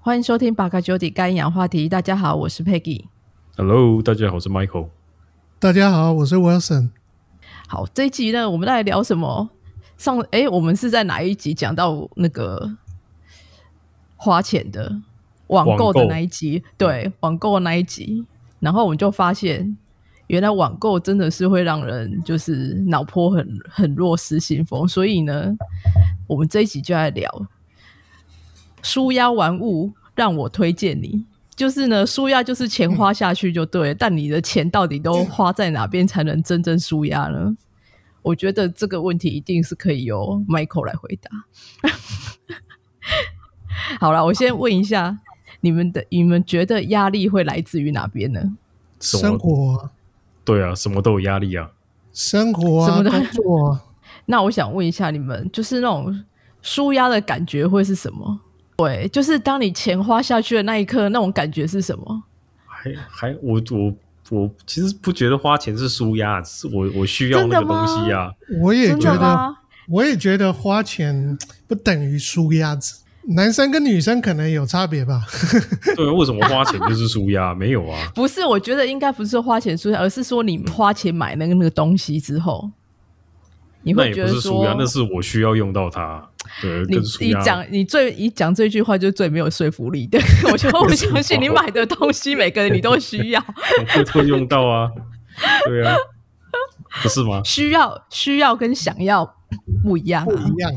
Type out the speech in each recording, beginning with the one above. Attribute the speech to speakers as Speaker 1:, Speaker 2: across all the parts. Speaker 1: 欢迎收听《八嘎九底干营养话题》。大家好，我是 Peggy。
Speaker 2: Hello，大家好，我是 Michael。
Speaker 3: 大家好，我是 Wilson。
Speaker 1: 好，这一集呢，我们来聊什么？上哎，我们是在哪一集讲到那个花钱的网购的那一集？对，网购的那一集。然后我们就发现，原来网购真的是会让人就是脑波很很弱、失心疯。所以呢，我们这一集就来聊舒压玩物，让我推荐你。就是呢，舒压就是钱花下去就对了，但你的钱到底都花在哪边才能真正舒压呢？我觉得这个问题一定是可以由 Michael 来回答。好了，我先问一下你们的，你们觉得压力会来自于哪边呢？
Speaker 2: 什
Speaker 3: 生
Speaker 2: 么？
Speaker 3: 活啊，
Speaker 2: 对啊，什么都有压力啊。
Speaker 3: 生活
Speaker 1: 什么
Speaker 3: 啊，
Speaker 1: 都
Speaker 3: 工作啊，
Speaker 1: 那我想问一下你们，就是那种舒压的感觉会是什么？对，就是当你钱花下去的那一刻，那种感觉是什么？
Speaker 2: 还还我我我其实不觉得花钱是舒压，是我我需要
Speaker 1: 真的
Speaker 2: 那个东西
Speaker 1: 吗
Speaker 2: 啊。
Speaker 3: 我也
Speaker 1: 真
Speaker 3: 觉
Speaker 1: 的
Speaker 3: 得，
Speaker 1: 吗？
Speaker 3: 我也觉得花钱不等于输鸭子。男生跟女生可能有差 别吧？
Speaker 2: 对啊，为什么花钱就是舒 压？没有啊，
Speaker 1: 不是，我觉得应该不是花钱舒压，而是说你花钱买那个那个东西之后，你
Speaker 2: 那
Speaker 1: 会
Speaker 2: 也
Speaker 1: 觉
Speaker 2: 不
Speaker 1: 得
Speaker 2: 是舒
Speaker 1: 说
Speaker 2: 压，，那是我需要用到它。对，
Speaker 1: 你
Speaker 2: 跟舒
Speaker 1: 你
Speaker 2: 压
Speaker 1: 讲你最你讲这句话就是最没有说服力 的。我 就不相信你买的东西，每个人你都需要，
Speaker 2: 我 会会用到啊。对啊，不是吗？
Speaker 1: 需要需要跟想要不一样
Speaker 3: 不
Speaker 1: 啊。
Speaker 3: 一样。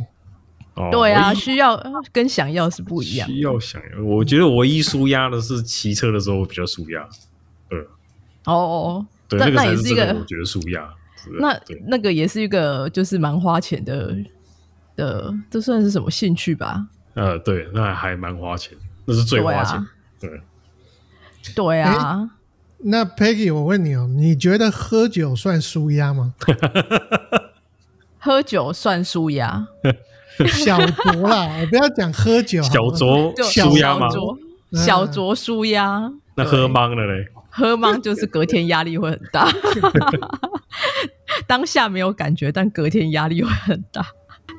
Speaker 2: 哦，
Speaker 1: 对啊，
Speaker 2: 唯
Speaker 1: 需要跟想要是不
Speaker 2: 一
Speaker 1: 一样。
Speaker 2: 需要想要，我觉得唯一舒压的是骑车的时候比较舒压。
Speaker 1: 哦，
Speaker 2: 对，
Speaker 1: 那
Speaker 2: 那个
Speaker 1: 那
Speaker 2: 才
Speaker 1: 也
Speaker 2: 是
Speaker 1: 是一
Speaker 2: 真的，
Speaker 1: 个
Speaker 2: 我觉得舒压。对
Speaker 1: 那
Speaker 2: 对
Speaker 1: 那个也是一个就是蛮花钱的的，这算是什么兴趣吧？
Speaker 2: 呃，对，那还蛮花钱，那是最
Speaker 1: 对
Speaker 2: 花
Speaker 1: 啊
Speaker 2: 钱。对，
Speaker 1: 对啊，
Speaker 3: 那 Peggy，我问你哦，你觉得喝酒算输压 吗？
Speaker 1: 喝酒算舒压，
Speaker 3: 小酌 啦，我不要讲喝酒好
Speaker 2: 小
Speaker 3: 吗，
Speaker 2: 酌
Speaker 1: 就
Speaker 2: 舒压
Speaker 1: 啊小
Speaker 2: 吗？
Speaker 1: 酌
Speaker 3: 嗯
Speaker 1: 小酌舒压。
Speaker 2: 那喝懵了嘞，
Speaker 1: 喝芒就是隔天压力会很大，当下没有感觉，但隔天压力会很大。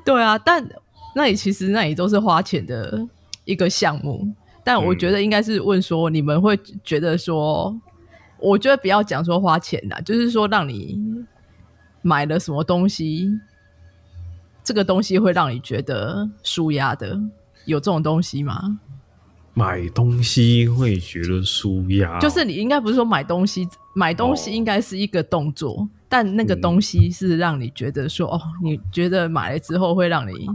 Speaker 1: 对啊，但那也其实那也都是花钱的一个项目。但我觉得应该是问说，你们会觉得说，我觉得不要讲说花钱啦，就是说让你买了什么东西，这个东西会让你觉得舒压的，有这种东西吗？
Speaker 2: 买东西会觉得舒压哦，
Speaker 1: 就是你应该不是说买东西，买东西应该是一个动作，但那个东西是让你觉得说、哦，你觉得买了之后会让你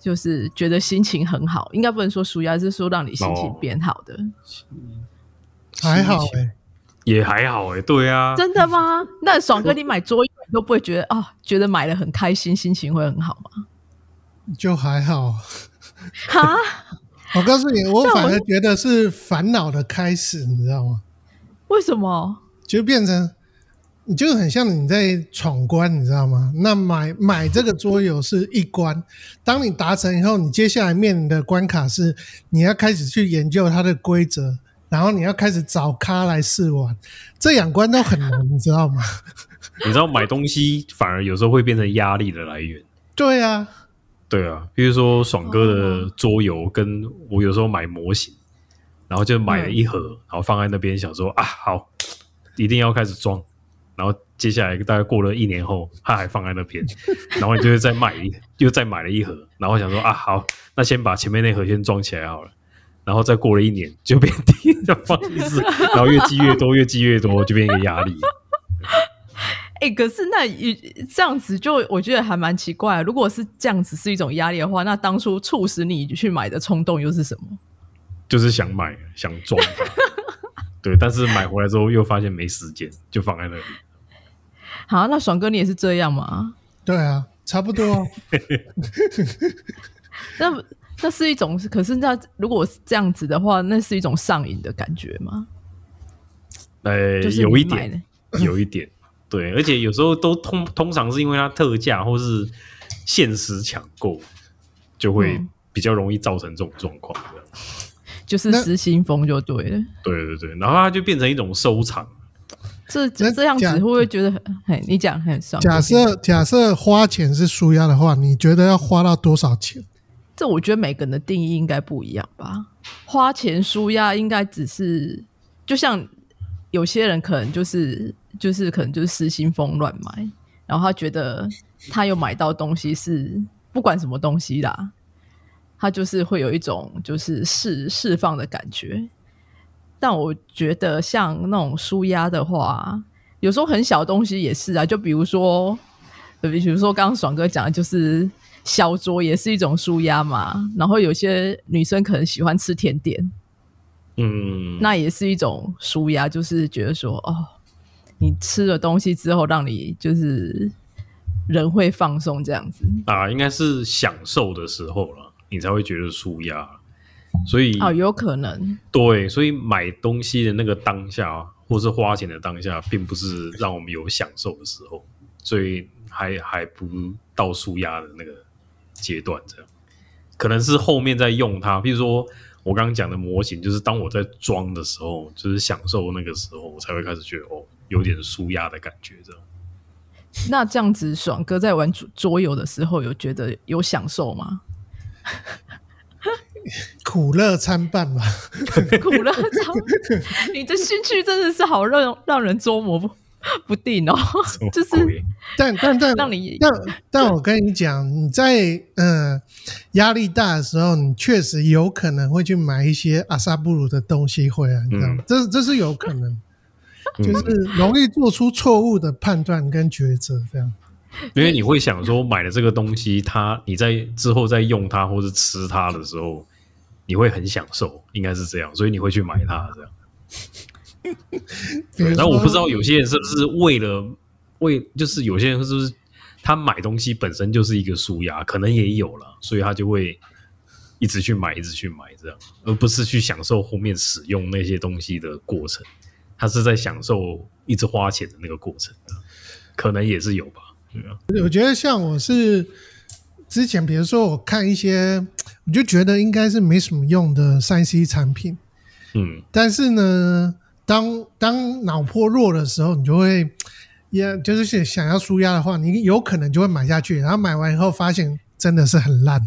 Speaker 1: 就是觉得心情很好，应该不能说舒压，是说让你心情
Speaker 2: 哦
Speaker 1: 变好的。
Speaker 3: 还好哎、
Speaker 2: 也还好哎，对啊，
Speaker 1: 真的吗？那爽哥，你买桌椅你都不会觉得啊、觉得买了很开心，心情会很好吗？
Speaker 3: 就还好。
Speaker 1: 哈，
Speaker 3: 我告诉你，我
Speaker 1: 但我
Speaker 3: 反而觉得是烦恼的开始，你知道吗？
Speaker 1: 为什么？
Speaker 3: 就变成你就很像你在闯关，你知道吗？那买买这个桌游是一关，当你达成以后，你接下来面临的关卡是你要开始去研究它的规则，然后你要开始找咖来试玩，这两关都很难，你知道吗？
Speaker 2: 你知道买东西反而有时候会变成压力的来源。
Speaker 3: 对啊，
Speaker 2: 对啊，比如说爽哥的桌游，跟我有时候买模型，然后就买了一盒，然后放在那边，想说啊，好，一定要开始装。然后接下来大概过了一年后，他还放在那边，然后你就会再买一，又再买了一盒，然后想说啊，好，那先把前面那盒先装起来好了。然后再过了一年，就变 第一放一次，然后越积越多，越积越多，就变一个压力。
Speaker 1: 哎、可是那也这样子就我觉得还蛮奇怪的。啊如果是这样子是一种压力的话，那当初促使你去买的冲动又是什么？
Speaker 2: 就是想买想装它，对，但是买回来之后又发现没时间，就放在那里。
Speaker 1: 好，那爽哥你也是这样吗？
Speaker 3: 对啊，差不多啊。
Speaker 1: 那那是一种，可是那如果是这样子的话，那是一种上瘾的感觉吗？
Speaker 2: 呃，
Speaker 1: 就是
Speaker 2: 有
Speaker 1: 你
Speaker 2: 一
Speaker 1: 买
Speaker 2: 点， 有一点，对，而且有时候都通通常是因为它特价或是限时抢购，就会
Speaker 1: 嗯
Speaker 2: 比较容易造成这种状况。这样
Speaker 1: 就是
Speaker 3: 那
Speaker 1: 失心疯就对了。
Speaker 2: 对对对，然后它就变成一种收藏。
Speaker 1: 这
Speaker 3: 那
Speaker 1: 这样子
Speaker 3: 假
Speaker 1: 会不会觉得很？嘿，你讲很爽。
Speaker 3: 假设假设花钱是输压的话，你觉得要花到多少钱？
Speaker 1: 这我觉得每个人的定义应该不一样吧。花钱舒压应该只是，就像有些人可能就是就是可能就是失心疯乱买，然后他觉得他有买到东西是不管什么东西啦，他就是会有一种就是释释放的感觉。但我觉得像那种舒压的话，有时候很小的东西也是啊，就比如说，呃比如说刚刚爽哥讲的就是小酌也是一种舒压嘛，然后有些女生可能喜欢吃甜点，
Speaker 2: 嗯，
Speaker 1: 那也是一种舒压，就是觉得说哦，你吃了东西之后，让你就是人会放松这样子
Speaker 2: 啊，应该是享受的时候了，你才会觉得舒压。所以
Speaker 1: 哦，有可能
Speaker 2: 对，所以买东西的那个当下，啊或是花钱的当下，并不是让我们有享受的时候，所以还还不到舒压的那个阶段，这样可能是后面在用它。比如说我刚刚讲的模型，就是当我在装的时候，就是享受那个时候，我才会开始觉得哦，有点舒压的感觉，这样。
Speaker 1: 那这样子，爽哥在玩桌桌游的时候，有觉得有享受吗？
Speaker 3: 苦乐参半吧。
Speaker 1: 苦乐超， 你的兴趣真的是好让让人捉摸不不定哦，就是
Speaker 3: 但但但
Speaker 1: 让你
Speaker 3: 但但我跟你讲，你在呃压力大的时候，你确实有可能会去买一些阿萨布鲁的东西回来，你知道吗？
Speaker 2: 嗯
Speaker 3: 这这是有可能，
Speaker 2: 嗯
Speaker 3: 就是容易做出错误的判断跟抉择，这样。
Speaker 2: 因为你会想说，买了这个东西，它你在之后再用它或是吃它的时候，你会很享受，应该是这样，所以你会去买它这样。
Speaker 3: 比如
Speaker 2: 对，然后我
Speaker 3: 说
Speaker 2: 不知道有些人是不是为了为，就是有些人是不是他买东西本身就是一个舒压，可能也有了，所以他就会一直去买，一直去买这样，而不是去享受后面使用那些东西的过程，他是在享受一直花钱的那个过程这样可能也是有吧，对啊，
Speaker 3: 我觉得像我是之前，比如说我看一些，我就觉得应该是没什么用的三 C 产品，
Speaker 2: 嗯
Speaker 3: 但是呢，当当脑波弱的时候，你就会，也就是想想要舒压的话，你有可能就会买下去，然后买完以后发现真的是很烂，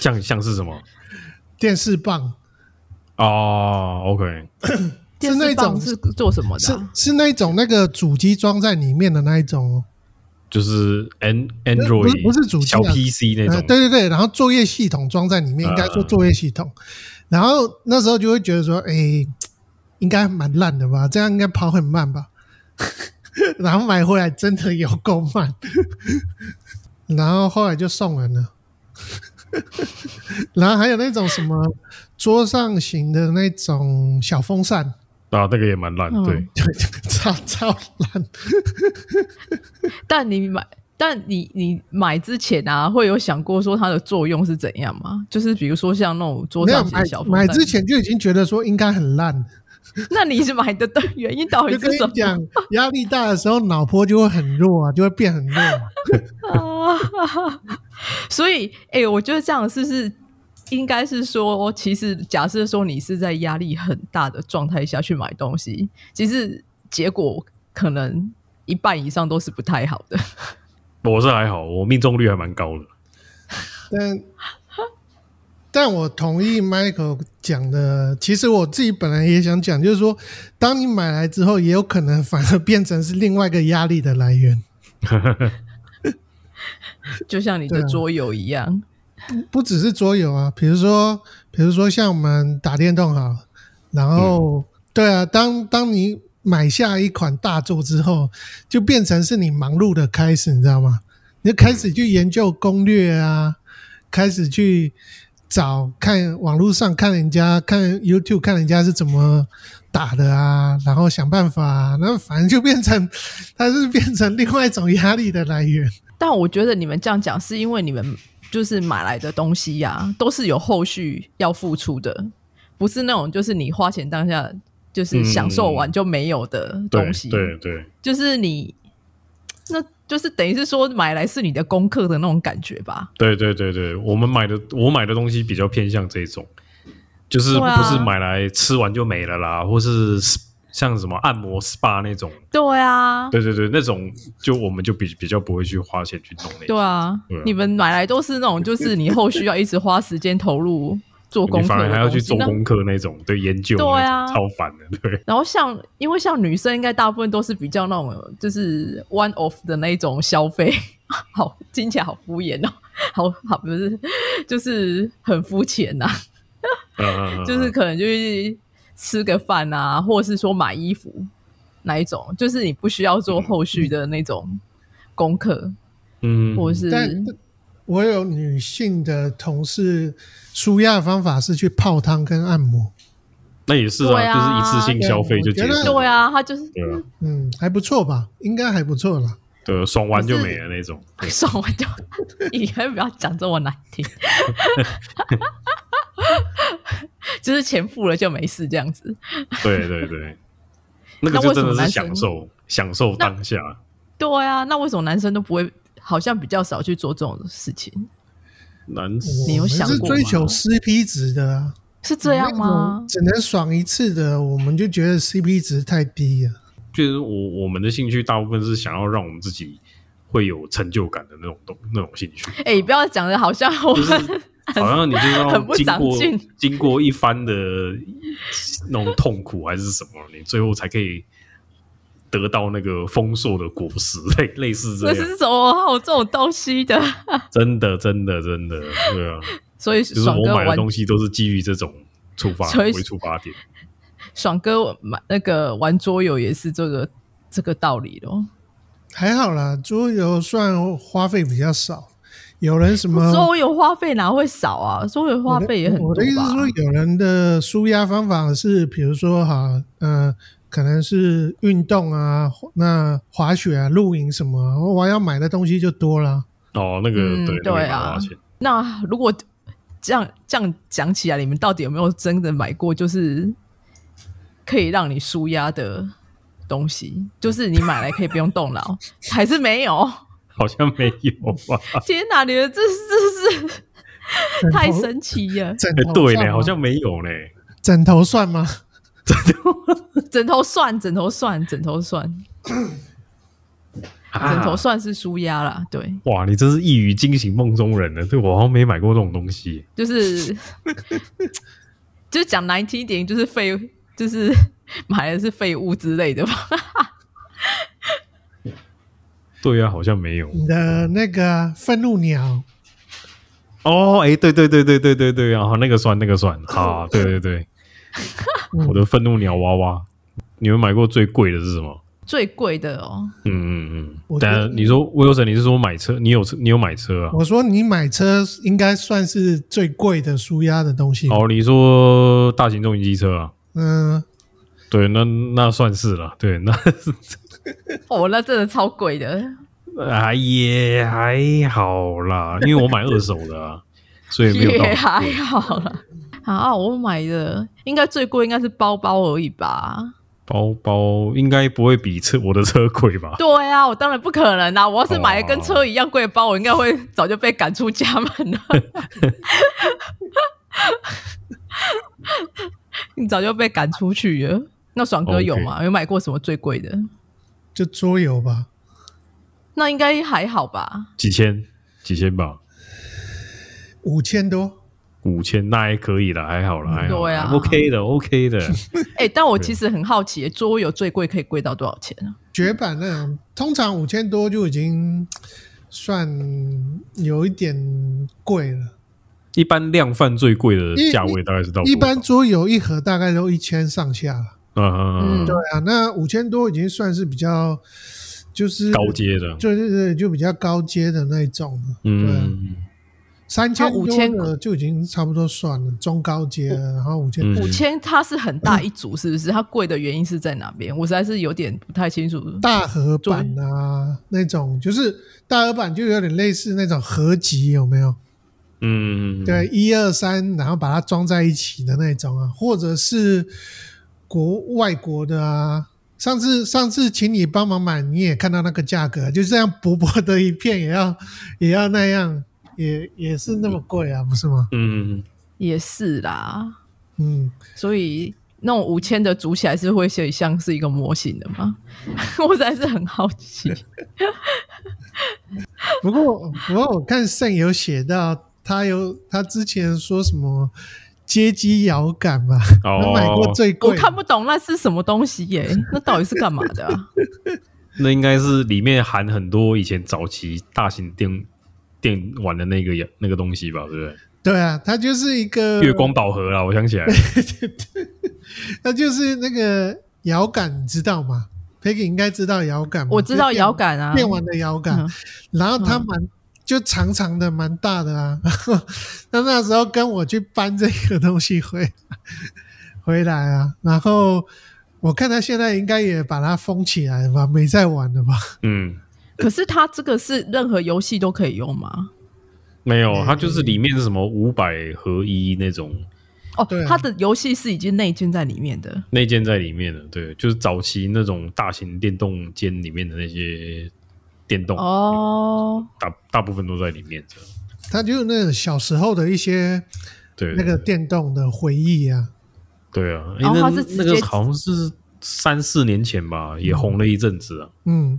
Speaker 2: 像像是什么？
Speaker 3: 电视棒
Speaker 2: 哦，OK，
Speaker 1: 电视棒
Speaker 3: 是
Speaker 1: 是做什么的
Speaker 3: 是
Speaker 1: 啊？
Speaker 3: 是那一种那个主机装在里面的那一种哦，
Speaker 2: 就是 An
Speaker 3: 不是
Speaker 2: Android
Speaker 3: 不是主机
Speaker 2: 小
Speaker 3: 啊
Speaker 2: PC 那
Speaker 3: 呃
Speaker 2: 种，
Speaker 3: 对对对，然后作业系统装在里面，应该
Speaker 1: 嗯
Speaker 3: 说作业系统。然后那时候就会觉得说，哎、应该蛮烂的吧，这样应该跑很 慢吧。然后买回来真的有够慢，然后后来就送人了。然后还有那种什么桌上型的那种小风扇，
Speaker 2: 啊，那个也蛮烂，
Speaker 1: 嗯
Speaker 2: 对，
Speaker 3: 超超烂。
Speaker 1: 但你买，但你你买之前啊，会有想过说它的作用是怎样吗？就是比如说像那种桌
Speaker 3: 没有
Speaker 1: 上型
Speaker 3: 买
Speaker 1: 小风
Speaker 3: 买
Speaker 1: 扇
Speaker 3: 之，前就已经觉得说应该很烂，
Speaker 1: 那你是买的的原因到底
Speaker 3: 就跟
Speaker 1: 是
Speaker 3: 你
Speaker 1: 什么
Speaker 3: 讲，压力大的时候脑波就会很弱啊，就会变很弱、啊。
Speaker 1: 啊？ 所以，哎、我觉得这样是不是应该是说，其实假设说你是在压力很大的状态下去买东西，其实结果可能一半以上都是不太好的。
Speaker 2: 我是还好，我命中率还蛮高的。
Speaker 3: 但但我同意 Michael 讲的，其实我自己本来也想讲，就是说，当你买来之后，也有可能反而变成是另外一个压力的来源。
Speaker 1: 就像你
Speaker 3: 对
Speaker 1: 的
Speaker 3: 啊
Speaker 1: 桌游一样，
Speaker 3: 不只是桌游啊，比如说，比如说像我们打电动好了，然后、对啊，当当你买下一款大作之后，就变成是你忙碌的开始，你知道吗？你就开始去研究攻略啊，开始去找看网络上看人家看 YouTube 看人家是怎么打的啊，然后想办法、啊，那反正就变成它是变成另外一种压力的来源。
Speaker 1: 但我觉得你们这样讲是因为你们就是买来的东西呀、都是有后续要付出的，不是那种就是你花钱当下就是享受完就没有的
Speaker 2: 对
Speaker 1: 东西，
Speaker 2: 对对，
Speaker 1: 就是你那就是等于是说买来是你的功课的那种感觉吧？
Speaker 2: 对对对对，我们买的我买的东西比较偏向这种，就是
Speaker 1: 对啊
Speaker 2: 不是买来吃完就没了啦，或是像什么按摩 SPA 那种，
Speaker 1: 对啊，
Speaker 2: 对对对，那种就我们就比比较不会去花钱去弄那
Speaker 1: 对
Speaker 2: 种。
Speaker 1: 啊
Speaker 2: 对啊，
Speaker 1: 你们买来都是那种，就是你后续要一直花时间投入做功
Speaker 2: 你
Speaker 1: 课的
Speaker 2: 反
Speaker 1: 东西，
Speaker 2: 而还要去做
Speaker 1: 那
Speaker 2: 功课那种，对研究那种
Speaker 1: 对啊
Speaker 2: 超烦的，对
Speaker 1: 然后像，因为像女生应该大部分都是比较那种，就是 one off 的那一种消费， 好听起来好敷衍哦， 好好不是，就是很肤浅呐、
Speaker 2: 嗯嗯嗯，
Speaker 1: 就是
Speaker 2: 嗯
Speaker 1: 可能就是吃个饭啊，或者是说买衣服那一种，就是你不需要做后续的那种功课，
Speaker 2: 嗯，
Speaker 1: 或者
Speaker 3: 但
Speaker 1: 是
Speaker 3: 我有女性的同事，舒压的方法是去泡汤跟按摩，
Speaker 2: 那也是
Speaker 1: 对啊
Speaker 2: 就是一次性消费就结
Speaker 3: 对我觉
Speaker 2: 束，
Speaker 3: 得
Speaker 1: 对啊，他就是
Speaker 2: 对啊，
Speaker 3: 嗯，还不错吧？应该还不错啦。
Speaker 2: 对，啊爽完就
Speaker 1: 可是
Speaker 2: 没了那种，对
Speaker 1: 算我就 以后不要讲这么难听， 就是钱付了就没事这样子。
Speaker 2: 对 对对，那个
Speaker 1: 那
Speaker 2: 就
Speaker 1: 为什
Speaker 2: 真的
Speaker 1: 么
Speaker 2: 是
Speaker 1: 男
Speaker 2: 享
Speaker 1: 生
Speaker 2: 受享受当下，
Speaker 1: 对啊，那为什么男生都不会？好像比较少去做这种事情，
Speaker 2: 男
Speaker 1: 你有
Speaker 3: 我们
Speaker 1: 想
Speaker 3: 是
Speaker 1: 过
Speaker 3: 追
Speaker 1: 吗
Speaker 3: 求 CP 值的啊？
Speaker 1: 是这样吗？
Speaker 3: 只能爽一次的，我们就觉得 CP 值太低了。
Speaker 2: 就是我我们的兴趣大部分是想要让我们自己会有成就感的那种东那种兴趣，
Speaker 1: 哎、不要讲的好像我们、
Speaker 2: 好像你就是要
Speaker 1: 很不
Speaker 2: 经
Speaker 1: 长
Speaker 2: 过
Speaker 1: 进
Speaker 2: 经过一番的那种痛苦还是什么，你最后才可以得到那个丰硕的果实，类类似 这
Speaker 1: 这
Speaker 2: 样，
Speaker 1: 是什么好这种东西的，
Speaker 2: 真的真的真的，对啊，
Speaker 1: 所以
Speaker 2: 就是
Speaker 1: 爽
Speaker 2: 我
Speaker 1: 哥
Speaker 2: 买的
Speaker 1: 玩
Speaker 2: 东西都是基于这种出 发
Speaker 1: 所以
Speaker 2: 为出发点，
Speaker 1: 爽哥买那个玩桌游也是这个这个道理咯。
Speaker 3: 还好啦，桌游算花费比较少，有人什么？
Speaker 1: 桌游花费哪会少啊？桌游花费也很多
Speaker 3: 我的意思是
Speaker 1: 吧
Speaker 3: 说，？有人的舒压方法是，比如说哈，呃，可能是运动啊，那滑雪啊、露营什么啊，我要买的东西就多啦。
Speaker 2: 哦，那个、
Speaker 1: 嗯
Speaker 2: 对
Speaker 1: 对
Speaker 2: 那个
Speaker 1: 啊
Speaker 2: 蛮花钱
Speaker 1: 那如果这样这样讲起来，你们到底有没有真的买过就是可以让你舒压的东西？就是你买来可以不用动 脑，还是没有？
Speaker 2: 好像没有吧？
Speaker 1: 天哪，你们这 这是
Speaker 3: 枕头
Speaker 1: 太神奇了！
Speaker 3: 枕
Speaker 2: 哎
Speaker 3: 头、
Speaker 2: 对
Speaker 1: 啊
Speaker 2: 呢，好像没有呢。
Speaker 3: 枕头算吗？
Speaker 1: 枕头算，枕头算，枕头算，
Speaker 2: 啊
Speaker 1: 枕头算是舒压啦。对，
Speaker 2: 哇，你真是一语惊醒梦中人了！对我好像没买过这种东西，
Speaker 1: 就是 就是讲难听一点，就是废，就是买的是废物之类的吧。
Speaker 2: 对啊，好像没有。
Speaker 3: 你的那个啊愤怒鸟，
Speaker 2: 哦，哎，对对对对对对对，啊，那个算那个算啊，对对 对，
Speaker 3: 嗯
Speaker 2: 我的愤怒鸟娃娃，你们买过最贵的是什么？
Speaker 1: 最贵的哦，
Speaker 2: 嗯嗯嗯，
Speaker 3: 我觉
Speaker 2: 当
Speaker 3: 得
Speaker 2: 然你说威尔森，你是说买车？你有车？你有买车啊？
Speaker 3: 我说你买车应该算是最贵的舒压的东西。
Speaker 2: 哦，你说大型重型机车啊？
Speaker 3: 嗯、
Speaker 2: 对，那那算是了，对，那
Speaker 1: 哦，那真的超贵的。
Speaker 2: 啊也还好啦，因为我买二手的啊，所以没有到
Speaker 1: 也还好啦。 啊，我买的应该最贵应该是包包而已吧？
Speaker 2: 包包应该不会比车我的车贵吧？
Speaker 1: 对啊，我当然不可能啦、我要是买了跟车一样贵的包，我应该会早就被赶出家门了。 你早就被赶出去了。那爽哥有吗有买过什么最贵的？
Speaker 3: 就桌游吧。
Speaker 1: 那应该还好吧？
Speaker 2: 几千，几千吧，
Speaker 3: 五千多，
Speaker 2: 五千那还可以了，还好了，还好啦
Speaker 1: 对啊
Speaker 2: ，OK 的 ，OK 的。
Speaker 1: 哎、但我其实很好奇，桌游最贵可以贵到多少钱啊？
Speaker 3: 绝版那种，通常五千多就已经算有一点贵了。
Speaker 2: 一般量贩最贵的价位大概是到
Speaker 3: 一
Speaker 2: 多少
Speaker 3: 般桌游一盒大概都一千上下了。
Speaker 2: 嗯嗯嗯
Speaker 3: 对啊，那五千多已经算是比较，就是
Speaker 2: 高，阶的，
Speaker 3: 对对对，就比较高阶的那一种了。
Speaker 2: 嗯，
Speaker 3: 三千多
Speaker 1: 5000
Speaker 3: 的就已经差不多算了，中高阶了。然后五千，
Speaker 2: 嗯
Speaker 1: 五千它是很大一组，是不是？它贵的原因是在哪边？我实在是有点不太清楚。
Speaker 3: 大盒版啊那种，就是大盒版就有点类似那种合集，有没有？
Speaker 2: 嗯，嗯，
Speaker 3: 对，一二三，然后把它装在一起的那种啊，或者是国外国的啊。上次上次请你帮忙买，你也看到那个价格，啊就这样薄薄的一片也要也要那样，也也
Speaker 2: 嗯
Speaker 3: 是那么贵啊，不是吗？
Speaker 2: 嗯嗯嗯
Speaker 1: 也是啦，
Speaker 3: 嗯，
Speaker 1: 所以那种五千的组起来是会写像是一个模型的吗？ 我实在是很好奇。
Speaker 3: 不过，不过我看 Sam 有写到，他有他之前说什么街机摇杆吧，
Speaker 2: 哦
Speaker 3: 他买过最
Speaker 1: 我
Speaker 3: 贵的，
Speaker 1: 看不懂那是什么东西耶、那到底是干嘛的、 啊？
Speaker 2: 那应该是里面含很多以前早期大型电电玩的那个呀那个东西吧，对不对？
Speaker 3: 对啊，它就是一
Speaker 1: 呃
Speaker 3: 个
Speaker 2: 月光宝盒啦，我想 起来了，
Speaker 3: 那就是那个摇杆，你知道吗？Peggy 应该知道摇杆吗，
Speaker 1: 我知道
Speaker 3: 就电
Speaker 1: 摇杆啊，
Speaker 3: 电玩的摇杆，
Speaker 1: 嗯
Speaker 3: 然后它蛮、就长长的，蛮大的啊。 那那时候跟我去搬这个东西回来 回来啊，然后我看他现在应该也把它封起来了吧，没在玩了吧？
Speaker 2: 嗯。
Speaker 1: 可是它这个是任何游戏都可以用吗？
Speaker 2: 没
Speaker 1: 嗯
Speaker 2: 有，它就是里面是什么五百合一那种
Speaker 1: 哦
Speaker 3: 对啊，
Speaker 1: 它的游戏是已经内建在里面的。
Speaker 2: 内建在里面的，对，就是早期那种大型电动间里面的那些电动，
Speaker 1: 哦，
Speaker 2: 大大部分都在里面这样。
Speaker 3: 他就是那种小时候的一些
Speaker 2: 对，
Speaker 3: 那个电动的回忆啊。
Speaker 2: 对啊，
Speaker 1: 然后
Speaker 2: 诶那
Speaker 1: 它是直
Speaker 2: 那个
Speaker 1: 接
Speaker 2: 好像是三四年前吧，也红了一阵子啊。
Speaker 3: 嗯，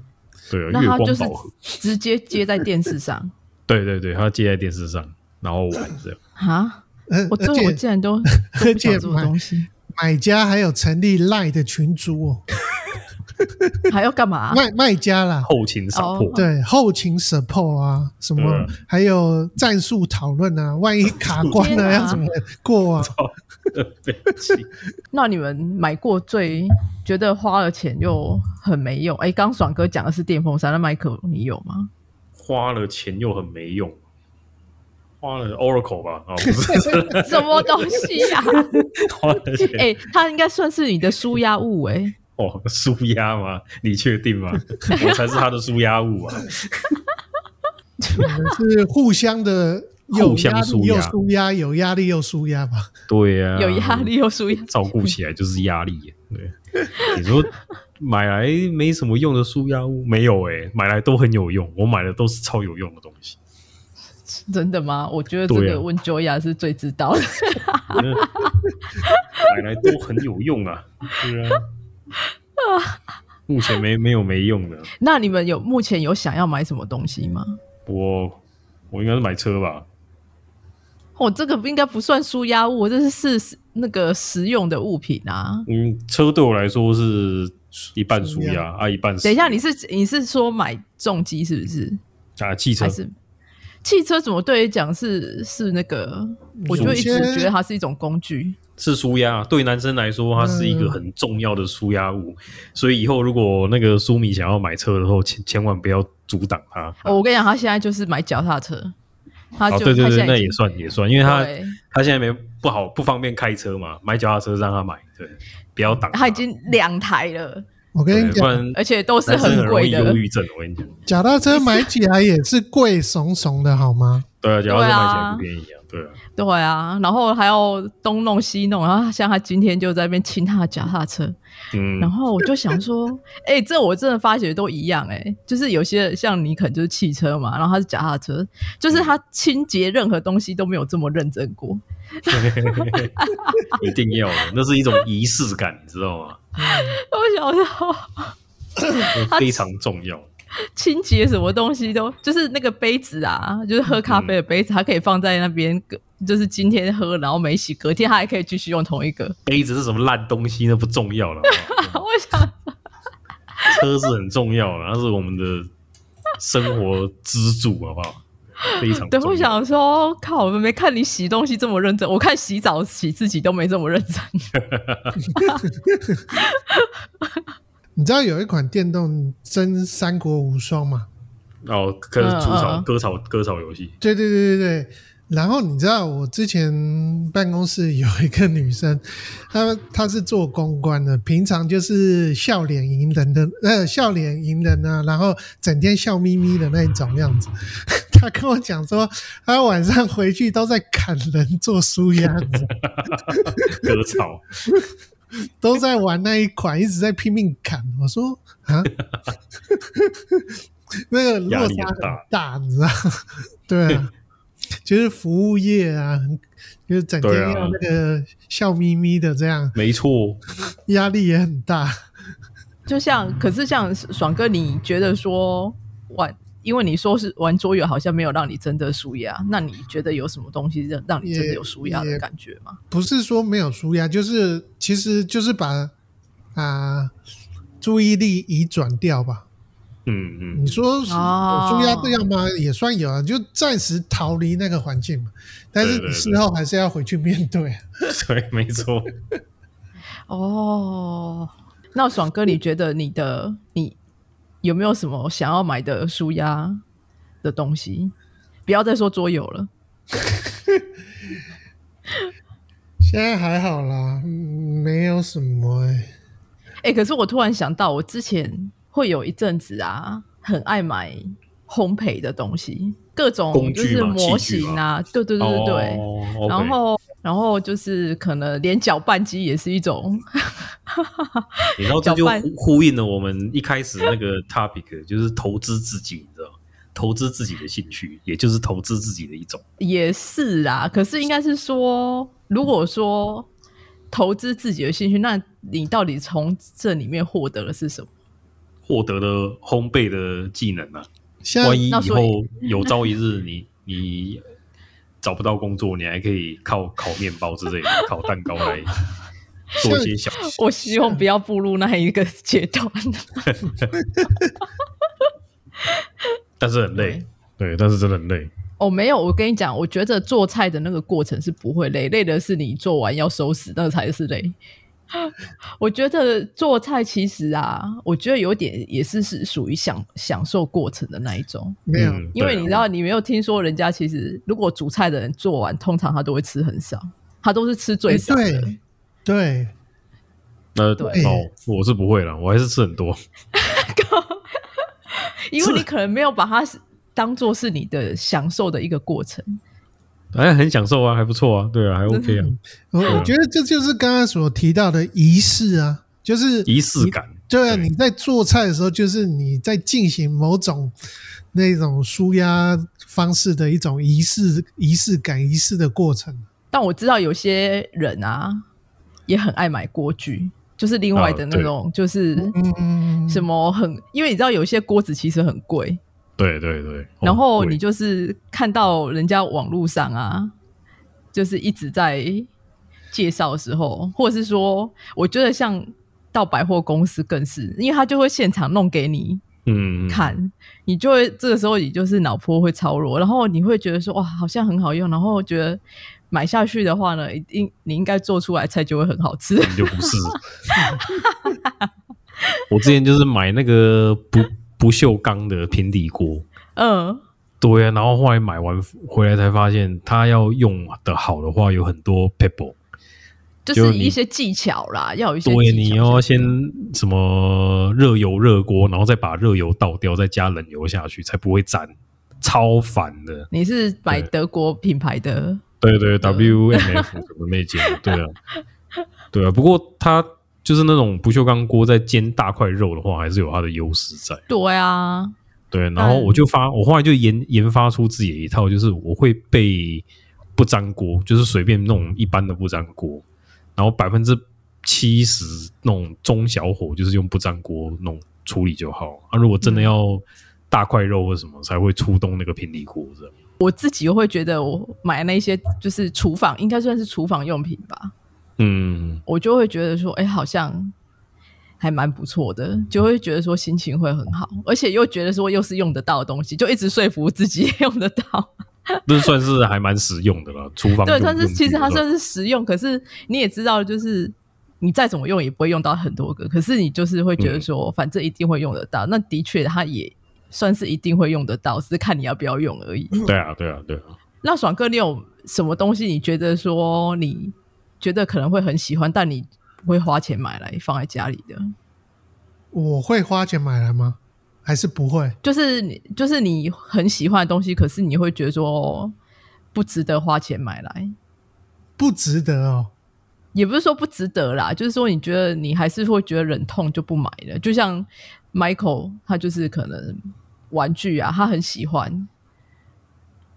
Speaker 2: 对啊，
Speaker 1: 那
Speaker 2: 月
Speaker 1: 它就
Speaker 2: 光
Speaker 1: 是
Speaker 2: 宝盒，
Speaker 1: 直接接在电视上
Speaker 2: 对对对，它接在电视上，然后玩这样。
Speaker 1: 啊！
Speaker 3: 呃
Speaker 1: 我这我
Speaker 3: 而且
Speaker 1: 竟然都都不想做
Speaker 3: 买
Speaker 1: 东西，
Speaker 3: 买家还有成立赖的群组哦，
Speaker 1: 还要干嘛？啊
Speaker 3: 卖卖家啦，
Speaker 2: 后勤撒破，
Speaker 1: 哦
Speaker 3: 对后勤 support 啊，什么、
Speaker 2: 对啊
Speaker 3: 还有战术讨 论啊，万一卡关
Speaker 1: 天
Speaker 3: 了
Speaker 1: 啊
Speaker 3: 要怎么过啊？
Speaker 1: 哦
Speaker 2: 对不起
Speaker 1: 那你们买过最觉得花了钱又很没用？哎，刚爽哥讲的是电风扇，那麦克你有 吗？
Speaker 2: 花了钱又很没用，花了 Oracle 吧？啊，不是，
Speaker 1: 什么东西 呀？
Speaker 2: 花了钱。
Speaker 1: 哎，它应该算是你的舒压物哎。
Speaker 2: 哦，舒压吗？你确定 吗？我才是他的舒压物啊！
Speaker 3: 你们是互相的，有
Speaker 2: 互相
Speaker 3: 压力
Speaker 2: 舒压
Speaker 3: 又舒压，有压力又舒压吧？
Speaker 2: 对呀、
Speaker 1: 有压，力又舒压，
Speaker 2: 嗯照顾起来就是压力耶。对，你说买来没什么用的舒压物没有哎、买来都很有用，我买的都是超有用的东西。
Speaker 1: 真的吗？我觉得这
Speaker 2: 对啊
Speaker 1: 个问 Joya 是最知道的。
Speaker 2: 嗯买来都很有用啊，对啊。目前没没有没用的，
Speaker 1: 那你们有目前有想要买什么东西吗？
Speaker 2: 我我应该是买车吧，
Speaker 1: 哦，这个应该不算舒压物，这是是那个实用的物品啊。
Speaker 2: 嗯，车对我来说是一半舒
Speaker 3: 舒
Speaker 2: 压
Speaker 3: 压
Speaker 2: 啊，一半
Speaker 1: 等一下，
Speaker 2: 实
Speaker 1: 你是你是说买重机是不是？
Speaker 2: 用啊，汽车
Speaker 1: 还是汽车？怎么对你讲是是那个？我就一直
Speaker 3: 首先
Speaker 1: 觉得它是一种工具。
Speaker 2: 是舒压，对男生来说，它是一个很重要的舒压
Speaker 1: 嗯
Speaker 2: 物。所以以后如果那个苏米想要买车的时候，千千万不要阻挡他。
Speaker 1: 哦我跟你讲，他现在就是买脚踏车，他
Speaker 2: 哦，
Speaker 1: 就、
Speaker 2: 对对
Speaker 1: 他现
Speaker 2: 对，
Speaker 1: 在
Speaker 2: 那
Speaker 1: 已
Speaker 2: 也
Speaker 1: 经
Speaker 2: 算也算，因为他
Speaker 1: 对
Speaker 2: 他现在没不好不方便开车嘛，买脚踏车让他买，对，不要挡
Speaker 1: 他已经两台了，
Speaker 3: 我跟
Speaker 2: 对
Speaker 3: 你
Speaker 2: 不
Speaker 3: 讲，
Speaker 2: 然
Speaker 1: 而且都是
Speaker 2: 男生很容
Speaker 1: 贵
Speaker 2: 易忧
Speaker 1: 的。
Speaker 2: 郁症。我跟你讲，
Speaker 3: 脚踏车买起来也是贵怂怂的好吗？
Speaker 2: 对啊，脚踏车
Speaker 1: 对
Speaker 2: 买起
Speaker 1: 啊
Speaker 2: 来不便宜啊，对啊，
Speaker 1: 对啊，然后还要东弄西弄，然后像他今天就在那边亲他的脚踏车，然
Speaker 2: 嗯，
Speaker 1: 后我就想说， 哎、这我真的发觉都一样、哎，就是有些人像你可能就是汽车嘛，然后他是脚踏车，就是他清洁任何东西都没有这么认真过。
Speaker 2: 一定要的，那是一种仪式感，你知道吗？
Speaker 1: 我小时候
Speaker 2: 那非常重要。
Speaker 1: 清洁什么东西都，就是那个杯子啊，就是喝咖啡的杯子，它可以放在那边，就是今天喝，然后没洗，隔天它还可以继续用同一个。
Speaker 2: 杯子是什么烂东西，那不重要了。好 不好
Speaker 1: 我想，
Speaker 2: 车是很重要的，它是我们的生活支柱，好不好？非常
Speaker 1: 对，
Speaker 2: 重
Speaker 1: 我
Speaker 2: 要。
Speaker 1: 想说，靠，我们没看你洗东西这么认真，我看洗澡洗自己都没这么认真。
Speaker 3: 你知道有一款电动真三国无双吗？
Speaker 2: 哦，可能吐
Speaker 1: 嗯
Speaker 2: 槽
Speaker 1: 嗯
Speaker 2: 割草割草游戏，
Speaker 3: 对对对对对。然后你知道我之前办公室有一个女生，她她是做公关的，平常就是笑脸迎人的，呃，笑脸迎人啊，然后整天笑眯眯的那一种样子。 她跟我讲说，她晚上回去都在砍人做书鸭子，
Speaker 2: 割草。
Speaker 3: 都在玩那一款，一直在拼命砍。我说啊， 那个落
Speaker 2: 压
Speaker 3: 差
Speaker 2: 力很大
Speaker 3: 大，你知道？对啊，就是服务业啊，就是整天
Speaker 2: 对啊
Speaker 3: 要那个笑眯眯的这样，
Speaker 2: 没错，
Speaker 3: 压力也很大。
Speaker 1: 就像，可是像爽哥，你觉得说玩，因为你说是玩桌游，好像没有让你真的舒压，那你觉得有什么东西让让你真的有舒压的感觉吗？
Speaker 3: 不是说没有舒压，就是其实就是把啊、注意力移转掉吧。
Speaker 2: 嗯嗯
Speaker 3: 你说是
Speaker 1: 哦
Speaker 3: 有舒压这样吗？也算有啊，就暂时逃离那个环境嘛。但是
Speaker 2: 对对
Speaker 3: 你
Speaker 2: 对
Speaker 3: 事后还是要回去面对啊。
Speaker 1: 嗯
Speaker 2: 对，没错。
Speaker 1: 哦，那爽哥，你觉得你的你有没有什么想要买的舒压的东西？不要再说桌游了，
Speaker 3: 现在还好啦，嗯没有什么、欸。
Speaker 1: 哎、可是我突然想到，我之前会有一阵子啊，很爱买烘焙的东西，各种
Speaker 2: 工
Speaker 1: 就
Speaker 2: 具
Speaker 1: 是
Speaker 2: 嘛
Speaker 1: 模
Speaker 2: 器具
Speaker 1: 型啊，对对对对对。
Speaker 2: 哦，OK
Speaker 1: 然后，然后就是可能连搅拌机也是一种，
Speaker 2: 你知道这就
Speaker 1: 搅拌
Speaker 2: 呼呼应了我们一开始那个 topic，就是投资自己，你知道吗，投资自己的兴趣，也就是投资自己的一种。
Speaker 1: 也是啦。可是应该是说，如果说投资自己的兴趣，那你到底从这里面获得的是什么？
Speaker 2: 获得了烘焙的技能啊，
Speaker 3: 现在
Speaker 2: 万一以
Speaker 1: 那所以
Speaker 2: 后有朝一日你 你找不到工作，你还可以靠烤面包之类的、 烤蛋糕来做一些小。
Speaker 1: 我希望不要步入那一个阶段。
Speaker 2: 但是很累，对，但是真的很累。
Speaker 1: 哦，没有，我跟你讲，我觉得做菜的那个过程是不会累，累的是你做完要收拾，那才是累。 我觉得做菜其实啊，我觉得有点也是是属于享享受过程的那一种，
Speaker 3: 没有，
Speaker 2: 嗯
Speaker 1: 因为
Speaker 2: 对啊
Speaker 1: 你知道，你没有听说人家其实如果煮菜的人做完，通常他都会吃很少，他都是吃最
Speaker 3: 欸
Speaker 1: 少的。
Speaker 3: 对对，
Speaker 2: 那
Speaker 1: 对
Speaker 2: 哦，我是不会了，我还是吃很多。
Speaker 1: 因为你可能没有把它当做是你的享受的一个过程。
Speaker 2: 哎，很享受啊，还不错啊，对啊，还 OK 啊，
Speaker 3: 我我觉得这就是刚刚所提到的仪式啊，就是
Speaker 2: 仪式感。
Speaker 3: 对啊，
Speaker 2: 对
Speaker 3: 你在做菜的时候，就是你在进行某种那种舒压方式的一种仪式、仪式感、仪式的过程。
Speaker 1: 但我知道有些人啊，也很爱买锅具，就是另外
Speaker 2: 啊
Speaker 1: 的那种，就是
Speaker 3: 嗯，
Speaker 1: 什么很，因为你知道有一些锅子其实很贵，
Speaker 2: 对对对，
Speaker 1: 然后
Speaker 2: 哦
Speaker 1: 你
Speaker 2: 对
Speaker 1: 就是看到人家网络上啊，就是一直在介绍的时候，或者是说，我觉得像到百货公司更是，因为他就会现场弄给你
Speaker 2: 嗯嗯
Speaker 1: 看，你就会这个时候你就是脑波会超弱，然后你会觉得说哇，好像很好用，然后觉得买下去的话呢，一定你应该做出来菜就会很好吃。
Speaker 2: 根本就不是。我之前就是买那个不不锈钢的平底锅，
Speaker 1: 嗯，
Speaker 2: 对啊，然后后来买完回来才发现，它要用的好的话有很多 pebble，
Speaker 1: 就
Speaker 2: 就是你
Speaker 1: 一些技巧啦，要有一些
Speaker 2: 对，啊
Speaker 1: 技
Speaker 2: 你
Speaker 1: 巧
Speaker 2: 要
Speaker 1: 才
Speaker 2: 先
Speaker 1: 行
Speaker 2: 什么热油热锅，然后再把热油倒掉，再加冷油下去，才不会粘，超烦的。
Speaker 1: 你是买
Speaker 2: 对
Speaker 1: 德国品牌的，
Speaker 2: 对对，WMF 什么那间，对啊， 对啊。不过它就是那种不锈钢锅，在煎大块肉的话，还是有它的优势在。
Speaker 1: 对啊，
Speaker 2: 对，然后我就发，我后来就研研发出自己的一套，就是我会备不粘锅，就是随便弄一般的不粘锅，然后百分之七十那种中小火，就是用不粘锅弄处理就好。啊，如果真的要大块肉或什么，才会出动那个平底锅这样。
Speaker 1: 我自己会觉得我买那些就是厨房，应该算是厨房用品吧，
Speaker 2: 嗯，
Speaker 1: 我就会觉得说，哎、好像还蛮不错的，就会觉得说心情会很好，而且又觉得说又是用得到的东西，就一直说服自己用得到。
Speaker 2: 这算是还蛮实用的啦， 厨房
Speaker 1: 对，
Speaker 2: 用
Speaker 1: 但是
Speaker 2: 用
Speaker 1: 其实
Speaker 2: 具
Speaker 1: 它
Speaker 2: 的话
Speaker 1: 算是实用，可是你也知道，就是你再怎么用也不会用到很多个，可是你就是会觉得说，反正一定会用得到。那的确，它也算是一定会用得到，只是看你要不要用而已。
Speaker 2: 对啊，对啊，对啊。
Speaker 1: 那爽哥，你有什么东西你觉得说你觉得可能会很喜欢，但你不会花钱买来放在家里的？
Speaker 3: 我会花钱买来吗？还是不会？
Speaker 1: 就是你就是你很喜欢的东西，可是你会觉得说不值得花钱买来，
Speaker 3: 不值得哦。
Speaker 1: 也不是说不值得啦，就是说你觉得你还是会觉得忍痛就不买了。就像 Michael，他就是可能玩具啊，他很喜欢，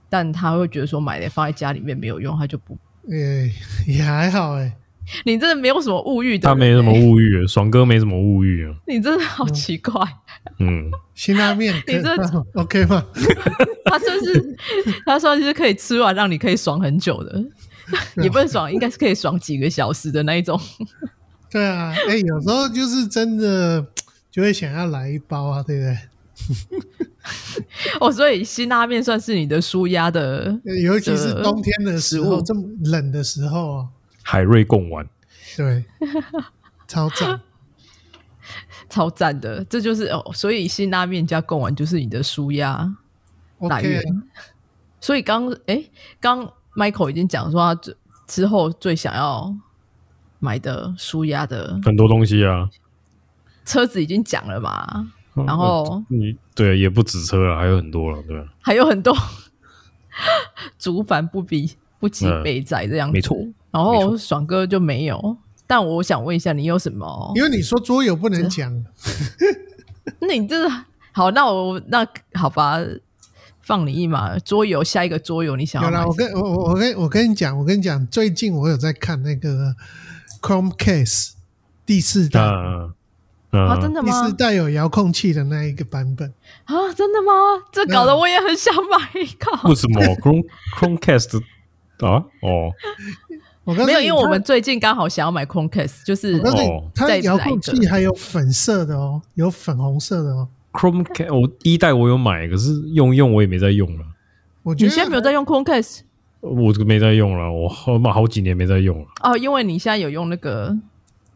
Speaker 1: 但他会觉得说买了放在家里面没有用，他就不。
Speaker 3: 也也还好哎、
Speaker 1: 你真的没有什么物欲的、欸
Speaker 2: 他没什么，物欲，啊爽哥没什么物欲啊。
Speaker 1: 你真的好奇怪，
Speaker 2: 嗯，
Speaker 3: 辛拉 面可以
Speaker 1: 你这
Speaker 3: OK 吗？
Speaker 1: 他算是 他算是可以吃完让你可以爽很久的，也不能爽，应该是可以爽几个小时的那一种。
Speaker 3: 对啊，哎、有时候就是真的就会想要来一包啊，对不对？
Speaker 1: 哦，所以辛拉面算是你的舒压的
Speaker 3: 尤其是冬天的时
Speaker 1: 食
Speaker 3: 候，
Speaker 1: 物
Speaker 3: 这么冷的时候啊，
Speaker 2: 海瑞贡丸，
Speaker 3: 对，超赞。
Speaker 1: 超赞的，这就是哦，所以辛拉面加贡丸就是你的舒压来
Speaker 3: OK，
Speaker 1: 源。所以刚诶，刚 Michael 已经讲说他最之后最想要买的舒压的
Speaker 2: 很多东西啊。
Speaker 1: 车子已经讲了嘛，然后
Speaker 2: 你嗯对也不止车啊了，还有很多了，对吧？
Speaker 1: 还有很多 竹反不比不及北仔这样子，
Speaker 2: 没错。
Speaker 1: 然
Speaker 2: 没
Speaker 1: 后爽哥就没有，但我想问一下，你有什么？
Speaker 3: 因为你说桌游不能讲，
Speaker 1: 哦那你这好，那我那好吧，放你一马。桌游下一个桌游，你想
Speaker 3: 有
Speaker 1: 要
Speaker 3: 啦，
Speaker 1: 哦买
Speaker 3: 我跟我我我跟我跟你讲，我跟你讲，最近我有在看那个 Chromecast 第四代，
Speaker 2: 那
Speaker 1: 啊？真
Speaker 2: 嗯，
Speaker 1: 的
Speaker 3: 第
Speaker 1: 吗？
Speaker 3: 四代有遥控器的那一个版本，
Speaker 1: 啊，真的吗？这搞得我也很想买，靠
Speaker 2: 为！什么 Chrome Chromecast 啊？哦
Speaker 3: 我告诉
Speaker 1: 没
Speaker 3: 你，
Speaker 1: 有，因为我
Speaker 3: 它
Speaker 1: 们最近刚好想要买 Chromecast，就是
Speaker 3: 我告诉
Speaker 2: 哦
Speaker 3: 你，它
Speaker 1: 再
Speaker 3: 遥
Speaker 1: 来
Speaker 3: 控
Speaker 1: 一
Speaker 3: 器还有粉色的哦，有粉红色的哦。
Speaker 2: ，Chromecast 我一代我有买，可是用用我也没在用了，
Speaker 3: 我觉
Speaker 1: 你
Speaker 3: 得
Speaker 1: 现在没有在用 Chromecast
Speaker 2: 我这个没在用了，我好嘛好几年没在用了，
Speaker 1: 哦，因为你现在有用那个，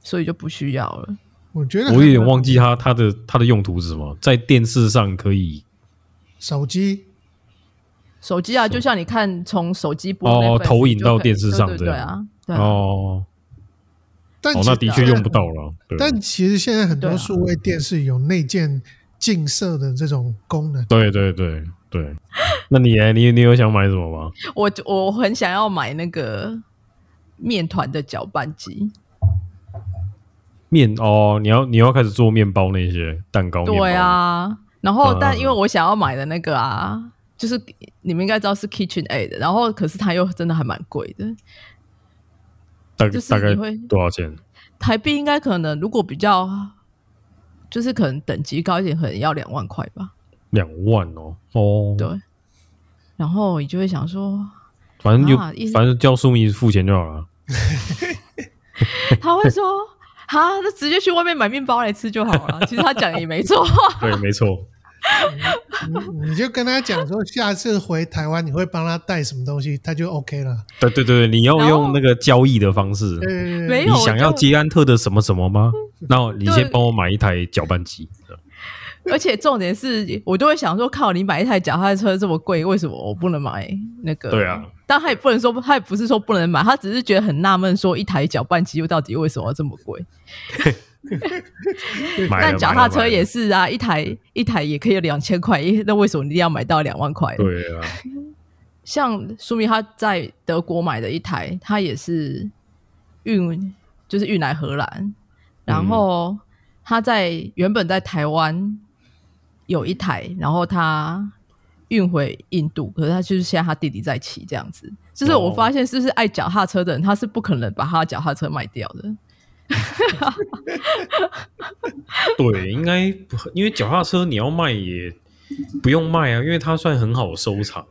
Speaker 1: 所以就不需要了。
Speaker 3: 我觉得
Speaker 2: 我有点
Speaker 3: 还蛮
Speaker 2: 忘记它它的它的用途是什么，在电视上可以
Speaker 3: 手机，
Speaker 1: 手机啊，就像你看从手机播
Speaker 2: 哦
Speaker 1: Netflix，
Speaker 2: 投影
Speaker 1: 你就可以
Speaker 2: 到电视上
Speaker 1: 对对
Speaker 2: 这
Speaker 1: 对
Speaker 2: 样
Speaker 1: 啊，对啊。
Speaker 2: 哦
Speaker 3: 但
Speaker 2: 哦，
Speaker 3: 其
Speaker 2: 那
Speaker 3: 实
Speaker 2: 的确用不到了，对
Speaker 3: 但其实现在很
Speaker 1: 对啊
Speaker 3: 多数位电视有内建近摄的这种功能，
Speaker 2: 对对对 对，那你呢你你有想买什么吗？
Speaker 1: 我我很想要买那个面团的搅拌机，
Speaker 2: 面哦，你要你要开始做面包那些蛋糕，
Speaker 1: 对，啊，然后
Speaker 2: 嗯
Speaker 1: 但
Speaker 2: 嗯
Speaker 1: 因为我想要买的那个啊，就是你们应该知道是 Kitchen Aid，然后可是它又真的还蛮贵的，
Speaker 2: 大
Speaker 1: 就是
Speaker 2: 大概
Speaker 1: 你会
Speaker 2: 多少钱？
Speaker 1: 台币应该可能如果比较，就是可能等级高一点，可能要两万块吧。
Speaker 2: 两万哦哦，
Speaker 1: 对然后你就会想说，
Speaker 2: 反正就、
Speaker 1: 啊意思
Speaker 2: 反正叫苏迷付钱就 好了。
Speaker 1: 他会说 哈，那直接去外面买面包来吃就好了。其实他讲的也没错，
Speaker 2: 对，没错，
Speaker 3: 你你就跟他讲说，下次回台湾你会帮他带什么东西，他就 OK 了。
Speaker 2: 对对对，你要
Speaker 1: 然后
Speaker 2: 用那个交易的方式。
Speaker 3: 对，
Speaker 1: 没
Speaker 2: 你
Speaker 1: 有
Speaker 2: 想
Speaker 1: 我
Speaker 2: 要
Speaker 1: 就
Speaker 2: 捷安特的什么什么 吗？那你先
Speaker 1: 对
Speaker 2: 帮我买一台搅拌机。
Speaker 1: 而且重点是我都会想说，靠，你买一台脚踏车这么贵，为什么我不能买那个？
Speaker 2: 对啊，
Speaker 1: 但他也不能说，他也不是说不能买，他只是觉得很纳闷，说一台搅拌机又到底为什么要这么贵？
Speaker 2: 买了
Speaker 1: 但脚踏
Speaker 2: 买
Speaker 1: 车
Speaker 2: 了
Speaker 1: 也是啊，一台一台也可以有两千块，那为什么你一定要买到两万块？
Speaker 2: 对啊，
Speaker 1: 像苏明他在德国买的一台，他也是运，就是运来荷兰，然
Speaker 2: 嗯
Speaker 1: 后他在原本在台湾有一台，然后他运回印度，可是他就是现在他弟弟在骑这样子。就是我
Speaker 2: 哦
Speaker 1: 发现，是不是爱脚踏车的人，他是不可能把他的脚踏车卖掉的。
Speaker 2: 对，应该不因为脚踏车你要卖也不用卖啊，因为它算很好收藏，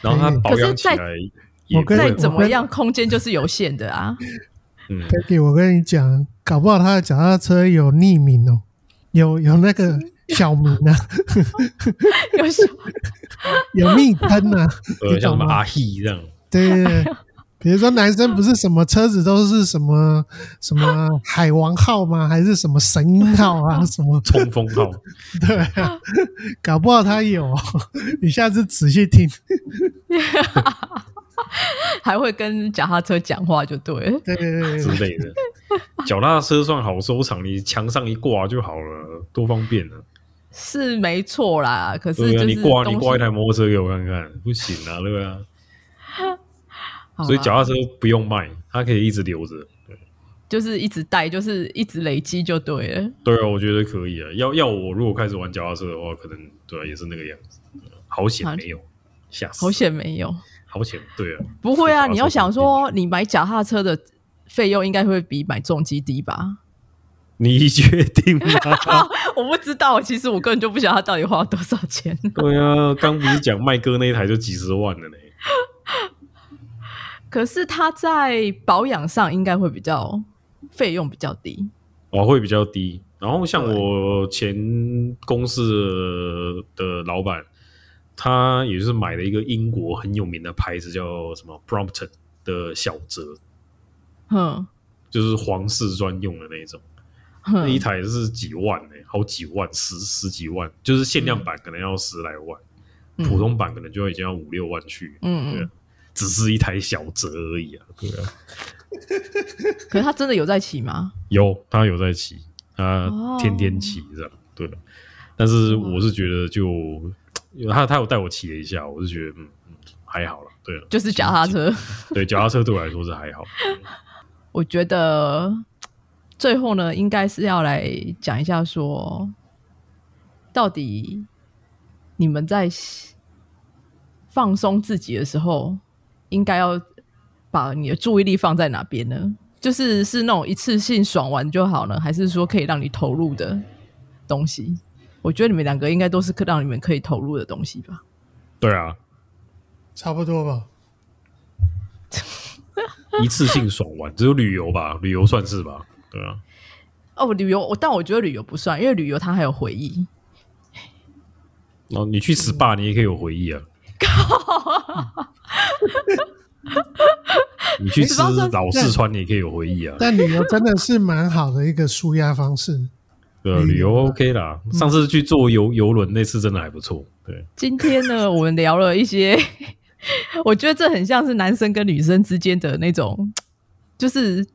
Speaker 2: 然后它保养起来也
Speaker 3: 可是在
Speaker 1: 再
Speaker 2: 会
Speaker 3: 我
Speaker 1: 怎么
Speaker 3: 跟
Speaker 1: 样，空间就是有限的啊。
Speaker 2: 嗯，
Speaker 3: Peggy，我跟你讲，搞不好他的脚踏车有匿名哦，有有那个小名啊，
Speaker 1: 有时候
Speaker 3: 有昵称啊，
Speaker 2: 呃，
Speaker 3: 你
Speaker 2: 像什
Speaker 3: 懂
Speaker 2: 么
Speaker 3: 吗？
Speaker 2: 阿 He 这样，
Speaker 3: 对对对。比如说，男生不是什么车子都是什么什么海王号吗？还是什么神鹰号啊？什么
Speaker 2: 冲锋号，
Speaker 3: 对啊，搞不好他有哦，你下次仔细听。
Speaker 1: 还会跟脚踏车讲话，就对了。
Speaker 3: 对对对
Speaker 2: 之
Speaker 3: 对，
Speaker 2: 类的。 脚踏车算好收藏，你墙上一挂就好了，多方便啊！
Speaker 1: 是没错啦，可是
Speaker 2: 对
Speaker 1: 就
Speaker 2: 啊，
Speaker 1: 是
Speaker 2: 你挂
Speaker 1: 东
Speaker 2: 你
Speaker 1: 西
Speaker 2: 挂一台摩托车给我看看，不行啊，对啊。
Speaker 1: 好啊啦
Speaker 2: 所以脚踏车不用卖，它可以一直留着。
Speaker 1: 就是一直带，就是一直累积就对了。
Speaker 2: 对啊，我觉得可以啊。要要我如果开始玩脚踏车的话，可能对啊，也是那个样子。好险
Speaker 1: 好
Speaker 2: 没有，吓死
Speaker 1: 好！险没有。
Speaker 2: 好险，对啊，
Speaker 1: 不会啊，
Speaker 2: 对
Speaker 1: 你要想说，你买脚踏车的费用应该会比买重机低吧？
Speaker 2: 你确定 吗？
Speaker 1: 我不知道，其实我根本就不晓得他到底花了多少钱。
Speaker 2: 对啊，刚不是讲麦哥那一台就几十万了呢？
Speaker 1: 可是他在保养上应该会比较费用比较低。
Speaker 2: 我哦会比较低。然后像
Speaker 1: 对
Speaker 2: 我前公司的老板，他也就是买了一个英国很有名的牌子，叫什么 Brompton 的小折，
Speaker 1: 哼
Speaker 2: 就是皇室专用的那一种，那一
Speaker 1: 哼，
Speaker 2: 台是几万呢、好几万，十十几万，就是限量版可能要十来万，
Speaker 1: 嗯
Speaker 2: 普通版可能就已经要五六万去，
Speaker 1: 嗯
Speaker 2: 对啊
Speaker 1: 嗯。
Speaker 2: 只是一台小折而已啊，对啊。
Speaker 1: 可是他真的有在骑吗？
Speaker 2: 有，他有在骑，他
Speaker 1: 哦
Speaker 2: 天天骑这样，对的。但是我是觉得就，因为他他有带我骑了一下，我是觉得嗯嗯还好了，对了，
Speaker 1: 就是脚踏车。
Speaker 2: 对脚踏车对我来说是还好，
Speaker 1: 我觉得最后呢，应该是要来讲一下说，到底你们在放松自己的时候，应该要把你的注意力放在哪边呢？就是是那种一次性爽完就好呢，还是说可以让你投入的东西？我觉得你们两个应该都是可让你们可以投入的东西吧。
Speaker 2: 对啊，
Speaker 3: 差不多吧。
Speaker 2: 一次性爽完， 只有旅游吧，旅游算是吧，对啊，
Speaker 1: 哦，旅游，我但我觉得旅游不算，因为旅游它还有回忆。
Speaker 2: 然后你
Speaker 1: 嗯
Speaker 2: 去 SPA 你也可以有 回忆啊，你去吃
Speaker 1: SPA 算是
Speaker 2: 老四川你也可以有回忆啊，
Speaker 3: 但旅游真的是蛮好的一个舒压方式。
Speaker 2: 对啊，旅游 OK 啦，上次去坐游游轮那次真的还不错，对。
Speaker 1: 今天呢，我们聊了一些， 我觉得这很像是男生跟女生之间的那种，就是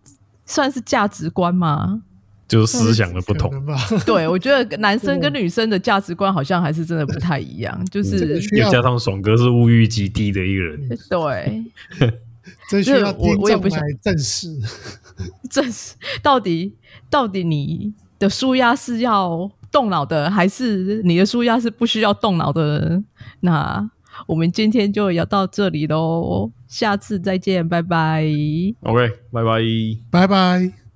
Speaker 1: 算是价值观嘛。
Speaker 2: 就是思想的不
Speaker 3: 可
Speaker 2: 同，
Speaker 3: 能吧，
Speaker 1: 对，我觉得男生跟女生的价值观好像还是真的不太一样，就
Speaker 3: 嗯这个
Speaker 1: 是嗯
Speaker 3: 需
Speaker 2: 又
Speaker 3: 要
Speaker 2: 加上爽哥是物欲极低的一个人，
Speaker 1: 对，
Speaker 3: 这需要
Speaker 1: 这个我
Speaker 3: 听
Speaker 1: 我也
Speaker 3: 众
Speaker 1: 不想
Speaker 3: 来证实。
Speaker 1: 这是到底到底你的舒压是要动脑的，还是你的舒压是不需要动脑的？那我们今天就聊到这里喽，下次再见，拜拜。
Speaker 2: OK，拜拜。
Speaker 3: 拜拜。